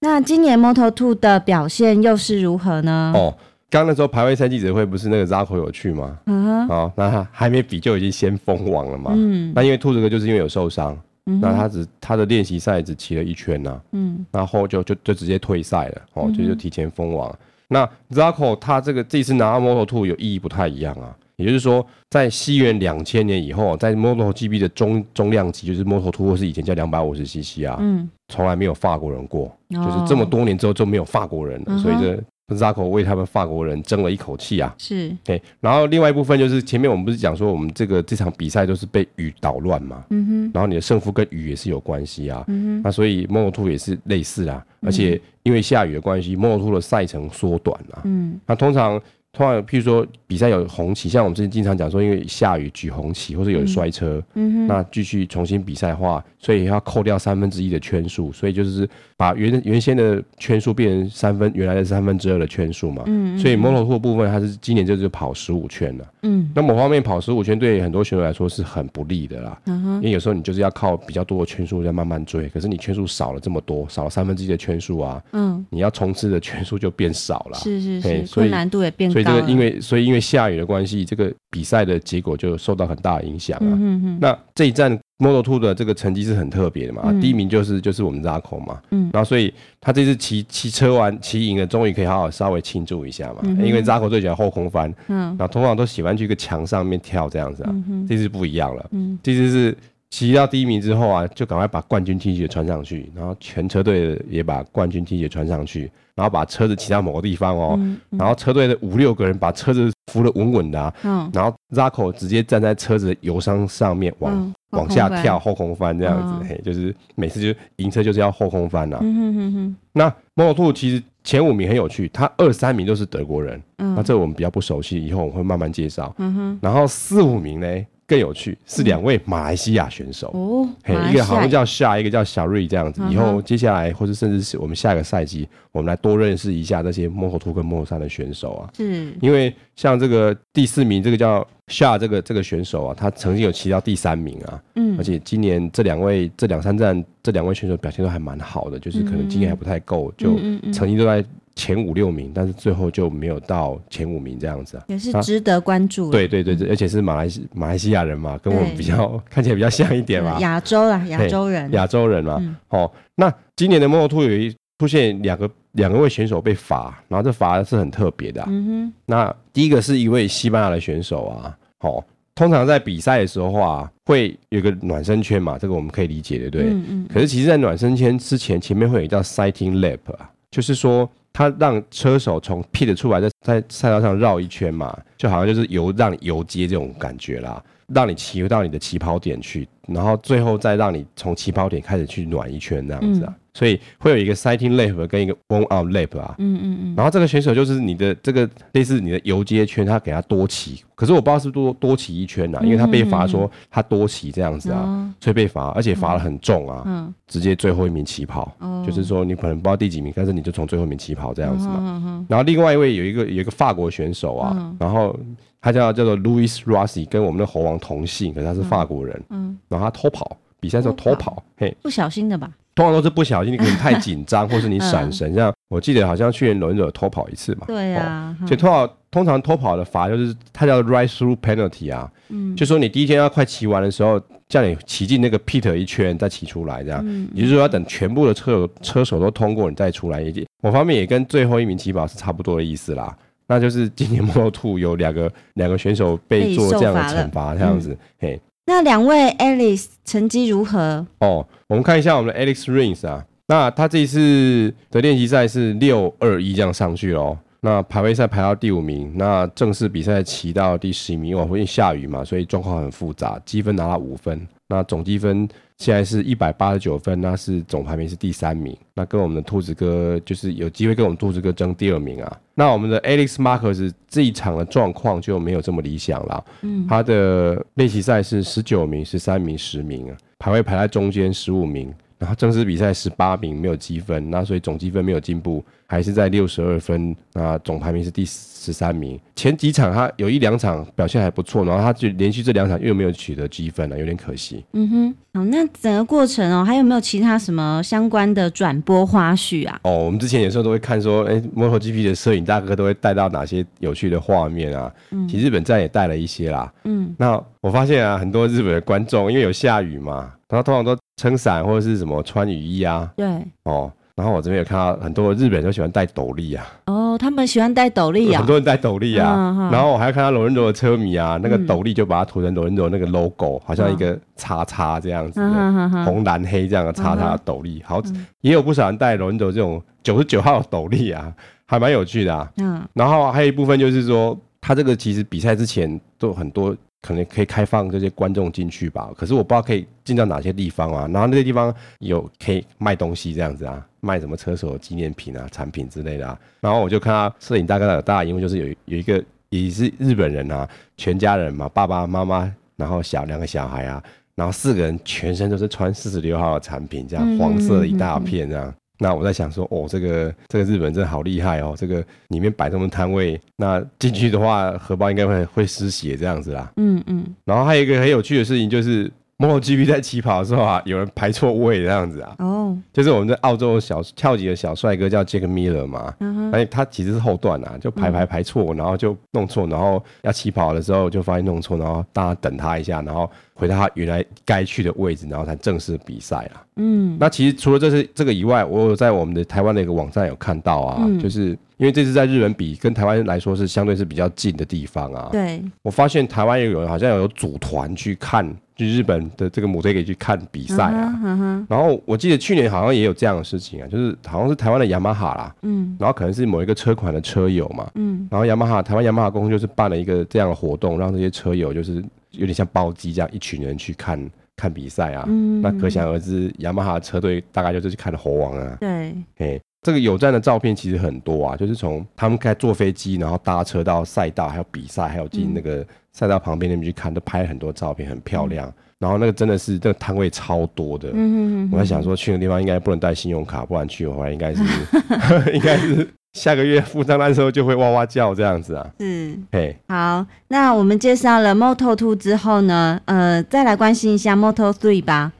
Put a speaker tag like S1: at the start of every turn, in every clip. S1: 那今年 Moto Two 的表现又是如何呢？
S2: 哦，刚刚那时候排位赛记者会不是那个 Zaco 有去吗？
S1: 嗯哼，
S2: 哦，那还没比就已经先封王了嘛。嗯，那因为兔子哥就是因为有受伤，那他只他的练习赛只骑了一圈呐、
S1: 嗯，
S2: 然后就就就直接退赛了，哦，就就提前封王。那 Zaco 他这个这次拿到 Moto Two 有意义不太一样啊，也就是说，在西元两千年以后，在 Moto GP 的中中量级，就是 Moto Two 或是以前叫两百五十 CC 啊，
S1: 嗯，
S2: 从来没有法国人过，
S1: 哦
S2: 就是这么多年之后就没有法国人了，
S1: 嗯哼
S2: 所以这 Zaco 为他们法国人争了一口气啊。
S1: 是，
S2: 对，然后另外一部分就是前面我们不是讲说我们这个这场比赛都是被雨捣乱嘛，
S1: 嗯
S2: 然后你的胜负跟雨也是有关系啊，
S1: 哼，嗯
S2: 那所以 Moto 2也是类似啊，而且因为下雨的关系，Moto 2的赛程缩短啊
S1: 哼，，嗯，
S2: 那通常通常譬如说比赛有红旗，像我们之前经常讲说，因为下雨举红旗或者有人摔车，
S1: 嗯
S2: 那继续重新比赛的话，所以要扣掉三分之一的圈数，所以就是把原原先的圈数变成三分原来的三分之二的圈数嘛。
S1: 嗯
S2: 所以 Moto 2的部分，它是今年就是跑十五圈了。
S1: 嗯
S2: 那某方面跑十五圈对很多选手来说是很不利的啦，
S1: 嗯哼，
S2: 因为有时候你就是要靠比较多的圈数在慢慢追，可是你圈数少了这么多，少了三分之一的圈数啊，
S1: 嗯，
S2: 你要冲刺的圈数就变少了。
S1: 是是
S2: 嘿
S1: 是，
S2: 啊所以
S1: 困难度也变
S2: 所以这
S1: 高
S2: 个
S1: 了，
S2: 因为所以因为下雨的关系，这个比赛的结果就受到很大的影响啊。
S1: 嗯哼哼，
S2: 那这一站 Moto Two 的这个成绩是很特别的嘛，
S1: 嗯
S2: 第一名就是就是我们 Zaco 嘛，
S1: 嗯
S2: 然后所以他这次骑骑车完骑赢了，终于可以好好稍微庆祝一下嘛，
S1: 嗯哼
S2: 因为 Zaco 最喜欢后空翻，
S1: 嗯
S2: 然后通常都喜欢去一个墙上面跳这样子啊，
S1: 嗯哼，
S2: 这次不一样了，
S1: 嗯
S2: 这次是骑到第一名之后啊，就赶快把冠军 T 恤穿上去，然后全车队也把冠军 T 恤穿上去，然后把车子骑到某个地方哦，
S1: 嗯嗯
S2: 然后车队的五六个人把车子扶得稳稳的、啊，
S1: 嗯
S2: 然后 Zaco 直接站在车子的油箱上面往、
S1: 嗯后
S2: 往下
S1: 空翻
S2: 跳后空翻这样子，
S1: 嗯
S2: 嘿，就是每次就是赢车就是要后空翻啦、
S1: 嗯哼哼哼，
S2: 那 Moto 2其实前五名很有趣，他二三名都是德国人，
S1: 嗯
S2: 那这我们比较不熟悉，以后我们会慢慢介绍。
S1: 嗯哼，嗯
S2: 然后四五名呢更有趣，是两位马来西亚选手。
S1: 哦，
S2: 嘿
S1: 马来
S2: 一
S1: 西
S2: 个好
S1: 亚
S2: 像叫夏，一个叫小瑞这样子。
S1: 嗯哼
S2: 以后接下来，或是甚至是我们下个赛季，我们来多认识一下这些 Moto 2跟 Moto 3的选手啊。
S1: 是，
S2: 因为像这个第四名这个叫夏这个这个选手啊，他曾经有骑到第三名啊，
S1: 嗯
S2: 而且今年这两位这两三站这两位选手表现都还蛮好的，就是可能经验还不太够，就
S1: 嗯嗯嗯
S2: 成绩都在前五六名，但是最后就没有到前五名这样子啊。
S1: 也是
S2: 啊
S1: 值得关注的，嗯
S2: 对对对对，而且是马来西马来西亚人嘛，跟我们
S1: 对
S2: 比较 看起来比较像一点嘛
S1: 对，，亚洲啦，亚
S2: 嘿
S1: 洲人，
S2: 亚洲人嘛。
S1: 嗯
S2: 哦，那今年的 Moto 2有一出现两个两个位选手被罚，然后这罚是很特别的、啊，
S1: 嗯
S2: 那第一个是一位西班牙的选手啊，哦，通常在比赛的时候啊，会有一个暖身圈嘛，这个我们可以理解的，对
S1: 哼，
S2: 不对。
S1: 嗯嗯
S2: 可是其实，在暖身圈之前，前面会有一道 sighting lap 啊，就是说他让车手从 pit 出来，在在赛道上绕一圈嘛，就好像就是游让你游街这种感觉啦，让你骑到你的起跑点去，然后最后再让你从起跑点开始去暖一圈这样子啊，所以会有一个 sighting lap 跟一个 warm up lap 啊，
S1: 嗯嗯嗯，
S2: 然后这个选手就是你的这个类似你的游街圈，他给他多骑，可是我不知道是不是多多骑一圈啊
S1: 嗯
S2: 呐、因为他被罚说他多骑这样子啊，
S1: 哦
S2: 所以被罚，而且罚的很重啊，
S1: 嗯
S2: 直接最后一名起跑，
S1: 哦，
S2: 就是说你可能不知道第几名，但是你就从最后一名起跑
S1: 这
S2: 这样子嘛。
S1: 嘛，
S2: 然后另外一位有一个有一个法国选手啊，
S1: 嗯
S2: 然后他叫叫做 Louis Rossi，跟我们的猴王同姓，可是他是法国人，
S1: 嗯，
S2: 然后他偷跑，比赛的时候偷
S1: 偷
S2: 跑嘿，
S1: 不小心的吧，
S2: 通常都是不小心，你可能太紧 张，或是你闪
S1: 嗯
S2: 神。像我记得好像去年轮有偷跑一次嘛，
S1: 对啊，
S2: 所以通常通常偷跑的罚就是它叫 right through penalty 啊，
S1: 嗯
S2: 就说你第一天要快骑完的时候，叫你骑进那个 pit 一圈再骑出来这样。
S1: 嗯
S2: 也就是说，要等全部的车友车手都通过，你再出来。也就某方面也跟最后一名起跑是差不多的意思啦。那就是今年 Moto 2有两个两个选手被
S1: 被
S2: 做这样的
S1: 受罚了嗯
S2: 惩罚，这样子。嘿，
S1: 那两位 Alice 成绩如何？
S2: 哦，我们看一下我们的 Alex Rins 啊，那他这一次的练习赛是六二一这样上去哦。那排位赛排到第五名，那正式比赛骑到第十一名，因为因为下雨嘛，所以状况很复杂，积分拿到五分，那总积分现在是一百八十九分，那是总排名是第三名，那跟我们的兔子哥就是有机会跟我们兔子哥争第二名啊。那我们的 Alex Marcus 这一场的状况就没有这么理想啦，他的练习赛是十九名、十三名、十名啊，排位排在中间十五名。然后正式比赛十八名没有积分，那所以总积分没有进步，还是在六十二分，那总排名是第十三名。前几场他有一两场表现还不错，然后他就连续这两场又没有取得积分啊了，有点可惜。
S1: 嗯哼，好，那整个过程哦，还有没有其他什么相关的转播花絮啊？
S2: 哦，我们之前有时候都会看说，哎、m o t o GP 的摄影大哥都会带到哪些有趣的画面啊？其实日本站也带了一些啦。嗯，那我发现啊，很多日本的观众因为有下雨嘛，然后通常都撑伞或者是什么穿雨衣啊，
S1: 对，
S2: 哦。然后我这边有看到很多日本人都喜欢戴斗笠啊，
S1: 哦，他们喜欢戴斗笠啊、
S2: 很多人戴斗笠啊。
S1: 嗯嗯
S2: 然后我还看到罗恩罗的车迷啊，那个斗笠就把它涂成罗恩罗那个 logo，好像一个叉叉这样子的。
S1: 嗯哼嗯哼，
S2: 红蓝黑这样的叉叉的斗笠，好，也有不少人戴罗恩斗这种九十九号的斗笠啊，还蛮有趣的啊。
S1: 嗯
S2: 然后还有一部分就是说，他这个其实比赛之前都有很多可能可以开放这些观众进去吧，可是我不知道可以进到哪些地方啊。然后那些地方有可以卖东西这样子啊，卖什么车手纪念品啊、产品之类的啊。然后我就看他摄影大哥的大荧幕，就是有有一个也是日本人啊，全家人嘛，爸爸妈妈，然后小两个小孩啊，然后四个人全身都是穿四十六号的产品，这样
S1: 嗯
S2: 黄色的一大片这样。那我在想说，哦，这个这个日本真的好厉害哦！这个里面摆这么多摊位，那进去的话，荷包应该会会失血这样子啦。
S1: 嗯嗯，
S2: 然后还有一个很有趣的事情就是，MotoGP 在起跑的时候啊，有人排错位这样子啊，
S1: 哦，
S2: 就是我们在澳洲的小跳级的小帅哥叫 Jack Miller 嘛，
S1: 嗯哼，嗯
S2: 而且他其实是后段啊，就排排排错，然后就弄错，然后要起跑的时候就发现弄错，然后大家等他一下，然后回到他原来该去的位置，然后才正式比赛啦。
S1: 嗯
S2: 那其实除了这是这个以外，我有在我们的台湾的一个网站有看到啊，
S1: 嗯
S2: 就是因为这次在日本比跟台湾来说是相对是比较近的地方啊，
S1: 对，
S2: 我发现台湾也有人好像有组团去看去日本的这个母队给去看比赛啊。
S1: 嗯哼嗯哼，
S2: 然后我记得去年好像也有这样的事情啊，就是好像是台湾的雅马哈啦，
S1: 嗯
S2: 然后可能是某一个车款的车友嘛，
S1: 嗯
S2: 然后雅马哈台湾雅马哈公司就是办了一个这样的活动，让这些车友就是有点像包机这样一群人去看看比赛啊。
S1: 嗯，
S2: 那可想而知，雅马哈的车队大概就是去看猴王啊。
S1: 对，
S2: 嘿，这个有站的照片其实很多啊，就是从他们开坐飞机，然后搭车到赛道，还有比赛，还有进那
S1: 嗯
S2: 个赛道旁边那边去看，都拍了很多照片，很漂亮。然后那个真的是那个摊位超多的，
S1: 嗯哼
S2: 我在想说去那个地方应该不能带信用卡，不然去的话应该是 应该是下个月付账单的时候就会哇哇叫这样子啊。
S1: 是。
S2: 嘿，
S1: 好，那我们介绍了 Moto Two 之后呢，呃，再来关心一下 Moto Three 吧。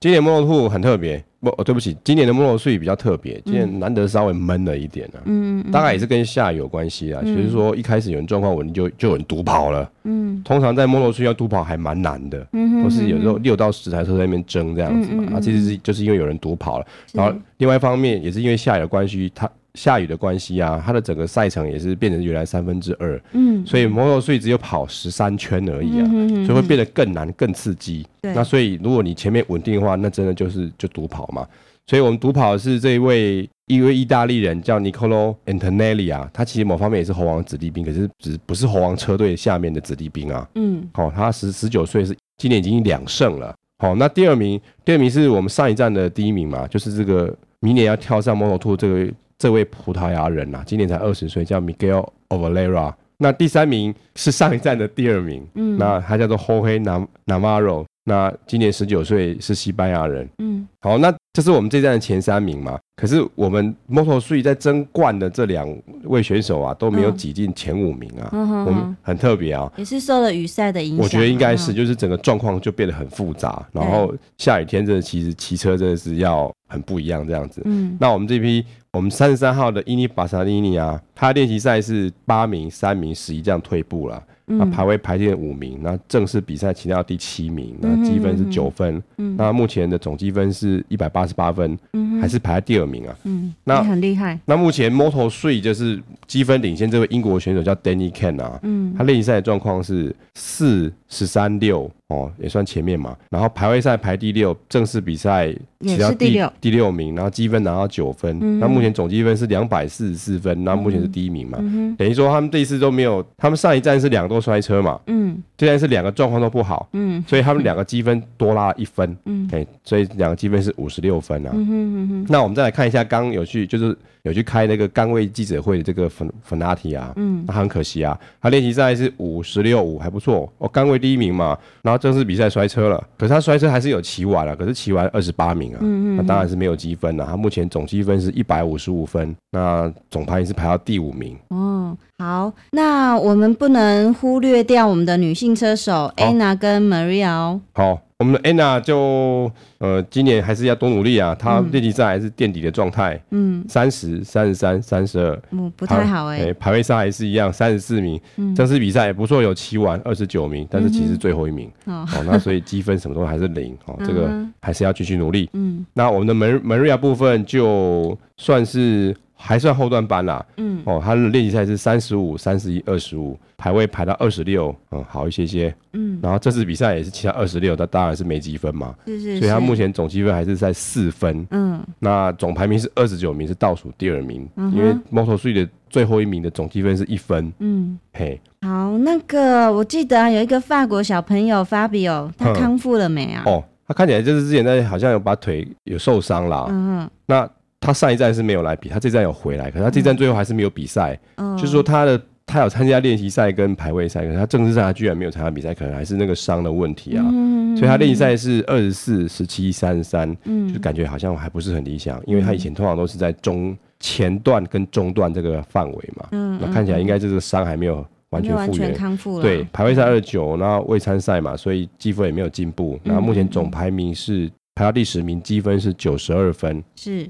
S2: 今年摩托兔很特别，不，哦对不
S1: 嗯
S2: 起，今年的摩托兔比较特别，今年难得稍微闷了一点啊。
S1: 嗯嗯
S2: 大概也是跟下雨有关系啊，就
S1: 嗯
S2: 是说一开始有人状况稳定就就有人独跑了。
S1: 嗯
S2: 通常在摩托车要独跑还蛮难的，
S1: 嗯哼，
S2: 或是有时候
S1: 嗯
S2: 六到十台车在那边争这样子嘛
S1: 嗯嗯。嗯
S2: 啊，其实是就是因为有人独跑了，然后另外一方面也是因为下雨的关系，它下雨的关系啊，它的整个赛程也是变成原来三分之二，
S1: 嗯
S2: 所以摩托车只有跑十三圈而已啊，
S1: 嗯
S2: 所以会变得更难、更刺激。
S1: 对
S2: 那所以如果你前面稳定的话，那真的就是就独跑嘛。所以我们独跑的是这一位一位意大利人叫 Nicolo Antonelli 啊，他其实某方面也是猴王子弟兵，可是只不是猴王车队下面的子弟兵啊。
S1: 嗯
S2: 哦，他十十九岁是今年已经两胜了。好、那第二名，第二名是我们上一站的第一名嘛，就是这个明年要跳上 Moto 2这个这位葡萄牙人啊，今年才二十岁，叫 Miguel Oliveira。那第三名是上一站的第二名，
S1: 嗯
S2: 那他叫做 Jorge Nam- Navarro，那今年十九岁，是西班牙人。
S1: 嗯
S2: 好，那这是我们这一站的前三名嘛。可是我们 Moto 3在争冠的这两位选手啊，都没有
S1: 嗯
S2: 挤进前五名啊，
S1: 嗯哼
S2: 我们
S1: 哼，
S2: 很特别啊。
S1: 也是受了雨赛的影响嘛，
S2: 我觉得应该是，
S1: 嗯
S2: 就是整个状况就变得很复杂，然后下雨天真的其实骑车真的是要很不一样这样子。
S1: 嗯
S2: 那我们这批我们三十三号的伊尼巴萨利尼啊，他练习赛是八名、三名、十一这样退步了，那排
S1: 嗯
S2: 位排进五名，那正式比赛骑到第七名，那积分是九分，
S1: 嗯
S2: 那目前的总积分是一百八十八分，
S1: 嗯
S2: 还是排在第二名啊。
S1: 嗯，
S2: 那
S1: 你很厉害，
S2: 那目前 Moto Three 就是积分领先这位英国选手叫 Danny Ken 啊，
S1: 嗯
S2: 他练习赛的状况是四十三六哦，也算前面嘛。然后排位赛排第六，正式比赛
S1: 也
S2: 只要
S1: 是第六
S2: 第六名，然后积分拿到九分。
S1: 嗯
S2: 那目前总积分是两百四十四分，那目前是第一名嘛。
S1: 嗯哼
S2: 等于说他们这一次都没有，他们上一站是两个都摔车嘛，
S1: 嗯
S2: 这站是两个状况都不好，
S1: 嗯
S2: 所以他们两个积分多拉一分，
S1: 嗯
S2: 哎、所以两个积分是五十六分啊。
S1: 嗯哼嗯哼
S2: 那我们再来看一下，刚有去就是有去开那个岗位记者会的这个粉粉拉提啊，
S1: 嗯
S2: 那很可惜啊，他练习赛是五十六五还不错，哦，杆位第一名嘛，然他正式比赛摔车了，可是他摔车还是有骑完了、啊可是骑完二十八名啊，那当然是没有积分啊了、他目前总积分是一百五十五分，那总排也是排到第五名。
S1: 哦，好，那我们不能忽略掉我们的女性车手 Anna 跟 Maria 哦。
S2: 好，我们的 Anna 就呃，今年还是要多努力啊，她练习赛还是垫底的状态，
S1: 嗯，
S2: 三十、三十三、三十二，
S1: 我不太好哎、
S2: 哎、排位赛还是一样，三十四名。
S1: 嗯
S2: 正式比赛也不错，有骑完二十九名，但是其实最后一名。
S1: 哦
S2: 哦，那所以积分什么东西还是零。 哦，这个
S1: 嗯
S2: 还是要继续努力。
S1: 嗯
S2: 那我们的门门瑞亚部分就算是还算后段班啦。
S1: 嗯，
S2: 哦，他的练习赛是三十五、三十一、二十五，排位排到二十六，嗯，好一些些。
S1: 嗯，
S2: 然后这次比赛也是其他二十六，那当然是没积分嘛，
S1: 是是是。
S2: 所以他目前总积分还是在四分。
S1: 嗯
S2: 那总排名是二十九名，是倒数第二名，
S1: 嗯哼
S2: 因为 Moto 3的最后一名的总积分是一分。
S1: 嗯。
S2: 嘿，
S1: 好，那个我记得啊，有一个法国小朋友 Fabio，他
S2: 嗯
S1: 康复了没啊？
S2: 哦，他看起来就是之前在好像有把腿有受伤啦。
S1: 嗯
S2: 那他上一站是没有来比，他这站有回来，可是他这站最后还是没有比赛，
S1: 嗯，
S2: 就是说他的。他有参加练习赛跟排位赛，可是他正式赛他居然没有参加比赛，可能还是那个伤的问题啊。
S1: 嗯，嗯
S2: 所以他练习赛是二十四、十七、三十三，就
S1: 嗯
S2: 感觉好像还不是很理想，因为他以前通常都是在中前段跟中段这个范围嘛。
S1: 嗯
S2: 那看起来应该这个伤还没有完
S1: 没
S2: 全
S1: 有完
S2: 复
S1: 全
S2: 原。
S1: 康复了。
S2: 对，排位赛二九，然后未参赛嘛，所以积分也没有进步。
S1: 嗯
S2: 那目前总排名是排到第十名，积分是九十二分。
S1: 是，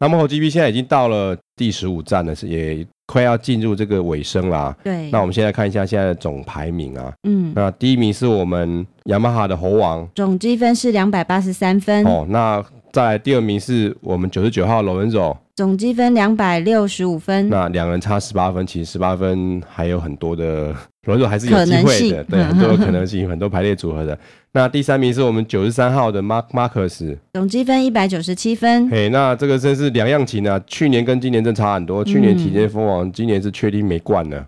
S2: 那幕后 GP 现在已经到了第十五站了，是也快要进入这个尾声啦。
S1: 对。
S2: 那我们现在看一下现在的总排名啊，
S1: 嗯，
S2: 那第一名是我们雅马哈的猴王
S1: 总积分是两百八十三分，
S2: 哦，那再来第二名是我们九十九号罗文总，
S1: 总积分两百六十五分。
S2: 那两人差十八分，其实十八分还有很多的， 罗总还是有机
S1: 可能
S2: 会的，
S1: 性
S2: 对，很多的可能性，很多排列组合的。那第三名是我们九十三号的 Mark Marcus，
S1: 总积分一百九十七分。
S2: 嘿，那这个真是两样情啊！去年跟今年真差很
S1: 嗯
S2: 多，去年体健封王，今年是确定没 冠了，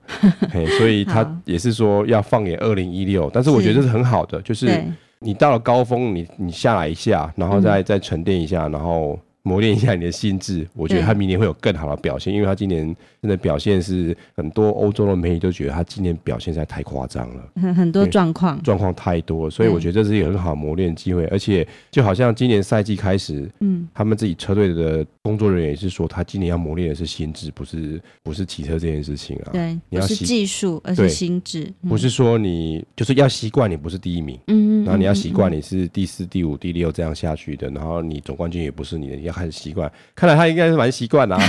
S2: 嘿，所以他
S1: 好
S2: 也是说要放眼二零一六，但是我觉得这是很好的，就是
S1: 对，
S2: 你到了高峰，你你下来一下，然后再、再沉淀一下，然后磨练一下你的心智。我觉得
S1: 对
S2: 他明年会有更好的表现，因为他今年真的表现是很多欧洲的媒体都觉得他今年表现实在太夸张了，
S1: 很很多
S2: 对
S1: 状况。
S2: 状况太多了，所以
S1: 对
S2: 我觉得这是一个很好的磨练机会。而且就好像今年赛季开始，
S1: 嗯，
S2: 他们自己车队的工作人员也是说，他今年要磨练的是心智，不是不是骑车这件事情啊。
S1: 对，
S2: 你
S1: 不
S2: 要
S1: 是
S2: 习
S1: 技术，而
S2: 对
S1: 是心智。嗯
S2: 不，是说你就是要习惯你不是第一名，
S1: 嗯嗯，
S2: 然后你要
S1: 嗯
S2: 习惯你是第四、第五、第六这样下去的，然后你总冠军也不是你的，你要开始习惯。看来他应该是蛮习惯 的、啊，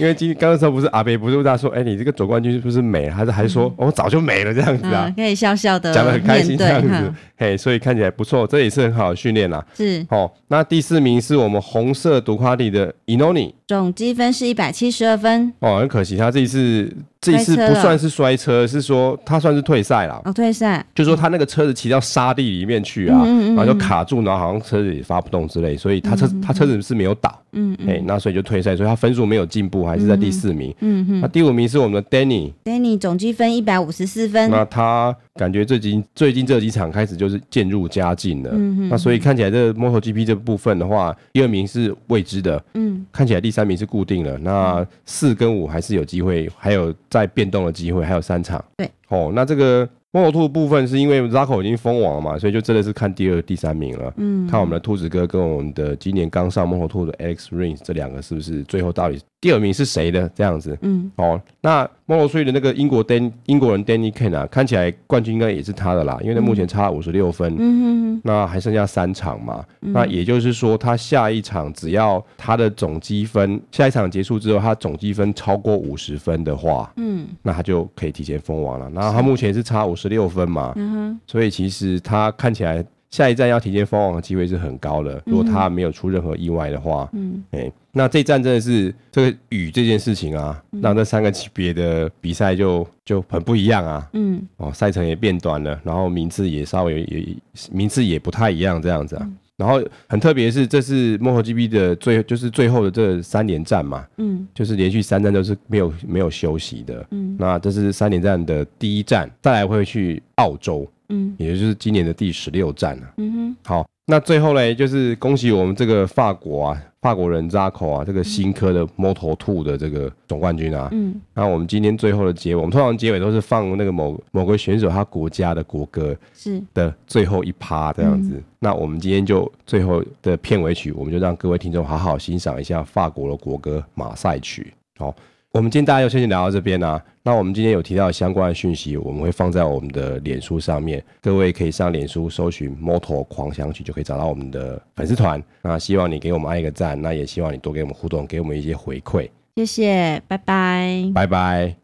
S2: 因为今刚刚时候不是阿北不是问他说，哎、你这个总冠军是不是没了？还是还说、哦我早就没 了这样子啊
S1: 嗯，，可以笑笑的
S2: 讲的很开心这样子
S1: 哈，，
S2: 嘿，所以看起来不错，这也是很好的训练啦。
S1: 是
S2: 哦，那第四名是我们红色独夸地的 Inoni，
S1: 总积分是一百七十二分，
S2: 哦，很可惜他这一次这一次
S1: 摔车
S2: 不
S1: 了
S2: 算是摔车，是说他算是退赛啦。
S1: 哦，退赛，
S2: 就说他那个车子骑到沙地里面去啊，
S1: 嗯嗯嗯
S2: 然后就卡住，然后好像车子也发不动之类，所以他车、他车子是没有倒，
S1: 嗯
S2: 哎、那所以就退赛，所以他分数没有进步，还是在第四名。
S1: 嗯
S2: 那
S1: 哼
S2: 第五名是我们的 Danny，、
S1: ，Danny 总积分一百五十四分，
S2: 那他感觉最近最近这几场开始就是渐入佳境了。
S1: 嗯
S2: 那所以看起来这 MotoGP 这部分的话，第二名是未知的，
S1: 嗯，
S2: 看起来第三名是固定了，那四跟五还是有机会，还有再变动的机会，还有三场。
S1: 对，
S2: 哦，那这个 m o t 部分是因为 Zacco 已经封王了嘛，所以就真的是看第二、第三名了。
S1: 嗯，
S2: 看我们的兔子哥跟我们的今年刚上 m o t 的 Alex Rins 这两个是不是最后到底第二名是谁的这样子？
S1: 嗯，
S2: 哦，那 m o t 的那个英国 Dan 英国人 Danny Kane 啊，看起来冠军应该也是他的啦，因为他目前差五十六分。
S1: 嗯哼
S2: 那还剩下三场嘛，那也就是说，他下一场只要他的总积分，下一场结束之后，他总积分超过五十分的话，
S1: 嗯
S2: 那他就可以提前封王了。然后他目前是差五十六分嘛，
S1: 嗯
S2: 所以其实他看起来下一站要提前封王的机会是很高的。如果他没有出任何意外的话，
S1: 嗯
S2: 哎、那这一站真的是这个雨这件事情啊，
S1: 嗯
S2: 让这三个级别的比赛就就很不一样啊。
S1: 嗯
S2: 哦，赛程也变短了，然后名次也稍微也也名次也不太一样这样子啊。
S1: 嗯
S2: 然后很特别的是，这是 MotoGP 的最就是最后的这三连战嘛，
S1: 嗯
S2: 就是连续三站都是没有没有休息的。
S1: 嗯
S2: 那这是三连战的第一站，再来会去澳洲，
S1: 嗯
S2: 也就是今年的第十六站了、
S1: 嗯哼，
S2: 好，那最后嘞，就是恭喜我们这个法国啊，法国人扎口啊，这个新科的 Moto Two 的这个总冠军啊。
S1: 嗯，
S2: 那我们今天最后的结尾，我们通常结尾都是放那个某某个选手他国家的国歌
S1: 是
S2: 的最后一趴这样子。那我们今天就最后的片尾曲，我们就让各位听众好好欣赏一下法国的国歌《马赛曲》。好，我们今天大家就先聊到这边啊。那我们今天有提到相关的讯息，我们会放在我们的脸书上面，各位可以上脸书搜寻 “Moto 狂想曲”就可以找到我们的粉丝团。那希望你给我们按一个赞，那也希望你多给我们互动，给我们一些回馈。
S1: 谢谢，拜拜。
S2: 拜拜。